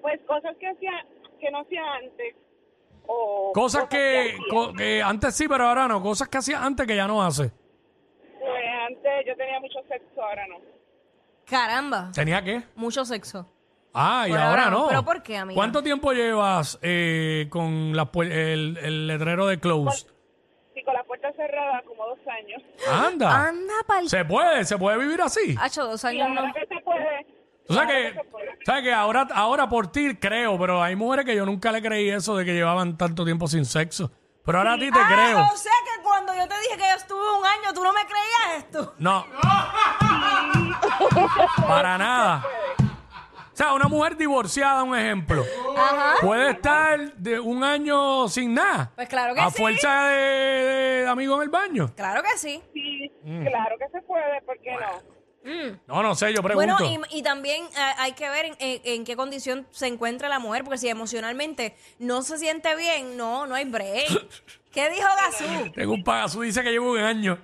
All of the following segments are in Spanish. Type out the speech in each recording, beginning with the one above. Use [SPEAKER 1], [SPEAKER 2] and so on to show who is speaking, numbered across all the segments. [SPEAKER 1] Pues cosas que hacía, que no hacía antes. O
[SPEAKER 2] Cosas que,
[SPEAKER 1] hacía.
[SPEAKER 2] co- que antes sí, pero ahora no. Cosas que hacía antes que ya no hace.
[SPEAKER 1] Pues antes yo tenía mucho sexo, ahora no.
[SPEAKER 3] Caramba,
[SPEAKER 2] ¿Tenía qué?
[SPEAKER 3] mucho sexo.
[SPEAKER 2] Ah, y
[SPEAKER 3] Por
[SPEAKER 2] ahora,
[SPEAKER 3] ahora no.
[SPEAKER 2] no.
[SPEAKER 3] ¿Pero por qué, amiga?
[SPEAKER 2] ¿Cuánto tiempo llevas eh, con la pu- el, el letrero de closed?
[SPEAKER 1] Y con la puerta cerrada como dos años.
[SPEAKER 2] Anda.
[SPEAKER 3] Anda pa'l...
[SPEAKER 2] Se puede, se puede vivir así.
[SPEAKER 3] Hacho, dos
[SPEAKER 1] Y
[SPEAKER 3] años
[SPEAKER 1] ahora
[SPEAKER 3] no.
[SPEAKER 1] que se puede,
[SPEAKER 2] O sea que, ¿sabes que ahora, ahora por ti creo, pero hay mujeres que yo nunca le creí eso de que llevaban tanto tiempo sin sexo. Pero ahora a ti te
[SPEAKER 3] Ah,
[SPEAKER 2] creo.
[SPEAKER 3] sea que cuando yo te dije que yo estuve un año, tú no me creías esto.
[SPEAKER 2] No. Para nada. O sea, una mujer divorciada, un ejemplo,
[SPEAKER 3] Ajá.
[SPEAKER 2] puede estar de un año sin nada.
[SPEAKER 3] Pues claro que
[SPEAKER 2] A
[SPEAKER 3] sí.
[SPEAKER 2] fuerza de, de amigo en el baño.
[SPEAKER 3] Claro que sí.
[SPEAKER 1] sí,
[SPEAKER 2] Mm.
[SPEAKER 1] claro que se puede, ¿por qué no?
[SPEAKER 2] No, no sé, yo
[SPEAKER 3] Bueno,
[SPEAKER 2] pregunto.
[SPEAKER 3] y, y también eh, hay que ver en, en- en qué condición se encuentra la mujer, porque si emocionalmente no se siente bien, no, no hay break. ¿Qué dijo Gazú?
[SPEAKER 2] Tengo un pagazo, dice que llevo un año.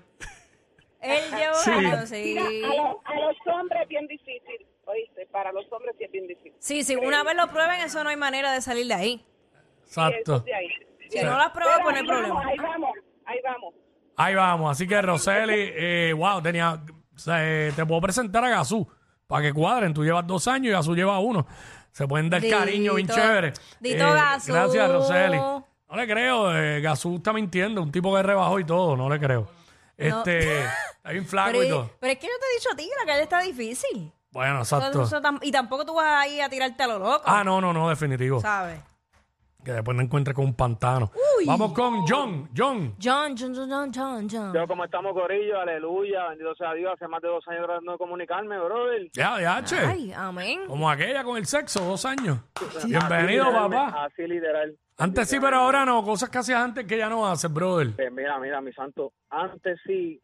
[SPEAKER 3] Él lleva
[SPEAKER 2] Sí.
[SPEAKER 3] un año, sí.
[SPEAKER 1] Mira, a, los, a los hombres es bien difícil, oíste, para los hombres sí es bien difícil.
[SPEAKER 3] Sí, si una vez lo prueben, eso no hay manera de salir de ahí.
[SPEAKER 1] Y eso
[SPEAKER 2] Exacto.
[SPEAKER 1] es de ahí.
[SPEAKER 3] Si no lo has probado,
[SPEAKER 1] Pero
[SPEAKER 3] pues no hay
[SPEAKER 1] ahí vamos,
[SPEAKER 3] problema.
[SPEAKER 1] ahí vamos, ahí vamos.
[SPEAKER 2] Ahí vamos. Así que, Roseli, eh, wow, tenía. o sea, eh, te puedo presentar a Gazú para que cuadren. Tú llevas dos años y Gazú lleva uno. Se pueden dar
[SPEAKER 3] Dito,
[SPEAKER 2] cariño bien chévere. Eh,
[SPEAKER 3] Dito Gazú.
[SPEAKER 2] Gracias, Roseli. No le creo, eh, Gazú está mintiendo. Un tipo que rebajó y todo, no le creo. Este, está bien flaco y
[SPEAKER 3] Pero,
[SPEAKER 2] todo.
[SPEAKER 3] pero es que yo te he dicho a ti que la calle está difícil.
[SPEAKER 2] Bueno,
[SPEAKER 3] Eso-
[SPEAKER 2] exacto.
[SPEAKER 3] eso tam- y tampoco tú vas ahí a tirarte a lo loco.
[SPEAKER 2] Ah, no, no, no, definitivo.
[SPEAKER 3] ¿Sabes?
[SPEAKER 2] Que después no encuentre con un pantano. Vamos con John, John.
[SPEAKER 3] John, John, John, John, John, John.
[SPEAKER 4] Yo, como estamos, Corillo, aleluya, bendito sea Dios, hace más de dos años tratando de comunicarme, brother.
[SPEAKER 2] Ya, ya, che.
[SPEAKER 3] Ay, amén.
[SPEAKER 2] Como aquella con el sexo, dos años. Bienvenido, papá.
[SPEAKER 4] pues, Así literal.
[SPEAKER 2] Antes sí, pero ahora no. Cosas que hacías antes que ya no haces, brother.
[SPEAKER 4] Pues mira, mira, mi santo, antes sí,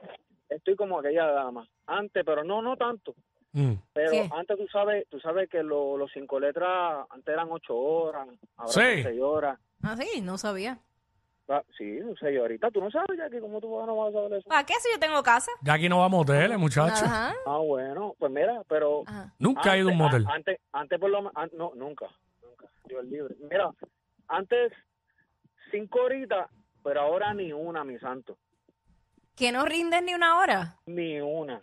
[SPEAKER 4] estoy como aquella dama, antes, pero no, no tanto.
[SPEAKER 2] Mm.
[SPEAKER 4] Pero
[SPEAKER 3] ¿Qué?
[SPEAKER 4] antes tú sabes, tú sabes que lo- los cinco letras, antes eran ocho horas, ahora
[SPEAKER 2] Sí.
[SPEAKER 4] son seis horas.
[SPEAKER 3] Ah, sí, no sabía.
[SPEAKER 4] Va- Sí, seis ahorita tú no sabes, Jackie, cómo tú no vas a saber
[SPEAKER 2] Ah.
[SPEAKER 4] eso.
[SPEAKER 3] ¿Para qué si yo tengo casa?
[SPEAKER 2] Ya aquí no va a moteles, muchachos.
[SPEAKER 3] Ajá.
[SPEAKER 4] Ah, bueno, pues mira, pero
[SPEAKER 2] Ah.
[SPEAKER 3] Ajá.
[SPEAKER 2] Nunca he ido a un
[SPEAKER 4] Antes-
[SPEAKER 2] motel.
[SPEAKER 4] a- Antes, antes por lo menos, an- no, nunca, nunca, Dios libre. Mira, antes cinco horitas, pero ahora ni una, mi santo,
[SPEAKER 3] Que no rindes ni una hora.
[SPEAKER 4] ni una.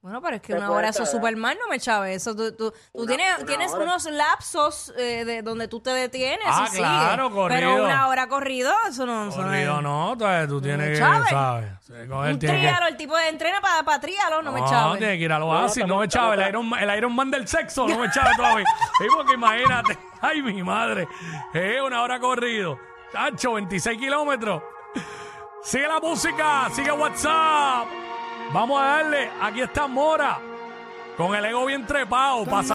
[SPEAKER 3] Bueno, pero es que
[SPEAKER 4] Te
[SPEAKER 3] una
[SPEAKER 4] puedes
[SPEAKER 3] hora eso es
[SPEAKER 4] tardar.
[SPEAKER 3] Superman, no me chave. Eso tú, tú, tú
[SPEAKER 4] Una-
[SPEAKER 3] tienes,
[SPEAKER 4] una
[SPEAKER 3] tienes
[SPEAKER 4] hora.
[SPEAKER 3] unos lapsos eh, de donde tú te detienes.
[SPEAKER 2] Ah,
[SPEAKER 3] y sigues.
[SPEAKER 2] claro, corrido.
[SPEAKER 3] Pero una hora corrido, eso no. eso no es-
[SPEAKER 2] Corrido no, tú- tú tienes que,
[SPEAKER 3] Chávez.
[SPEAKER 2] ¿sabes? Sí, con él
[SPEAKER 3] Un
[SPEAKER 2] tiene que-
[SPEAKER 3] tríalo, el tipo de entrena para pa tríalo, no me chave.
[SPEAKER 2] tiene que ir a los
[SPEAKER 4] No,
[SPEAKER 2] ácidos, no me
[SPEAKER 4] también,
[SPEAKER 2] chave. El
[SPEAKER 4] también.
[SPEAKER 2] Iron, Man- el Iron Man del sexo, no me chave todavía. Sí, porque imagínate. Ay, mi madre. Eh, una hora corrido. Chacho, 26 kilómetros. Sigue la música, sigue WhatsApp. Vamos a darle. Aquí está Mora. Con el ego bien trepado. Pasa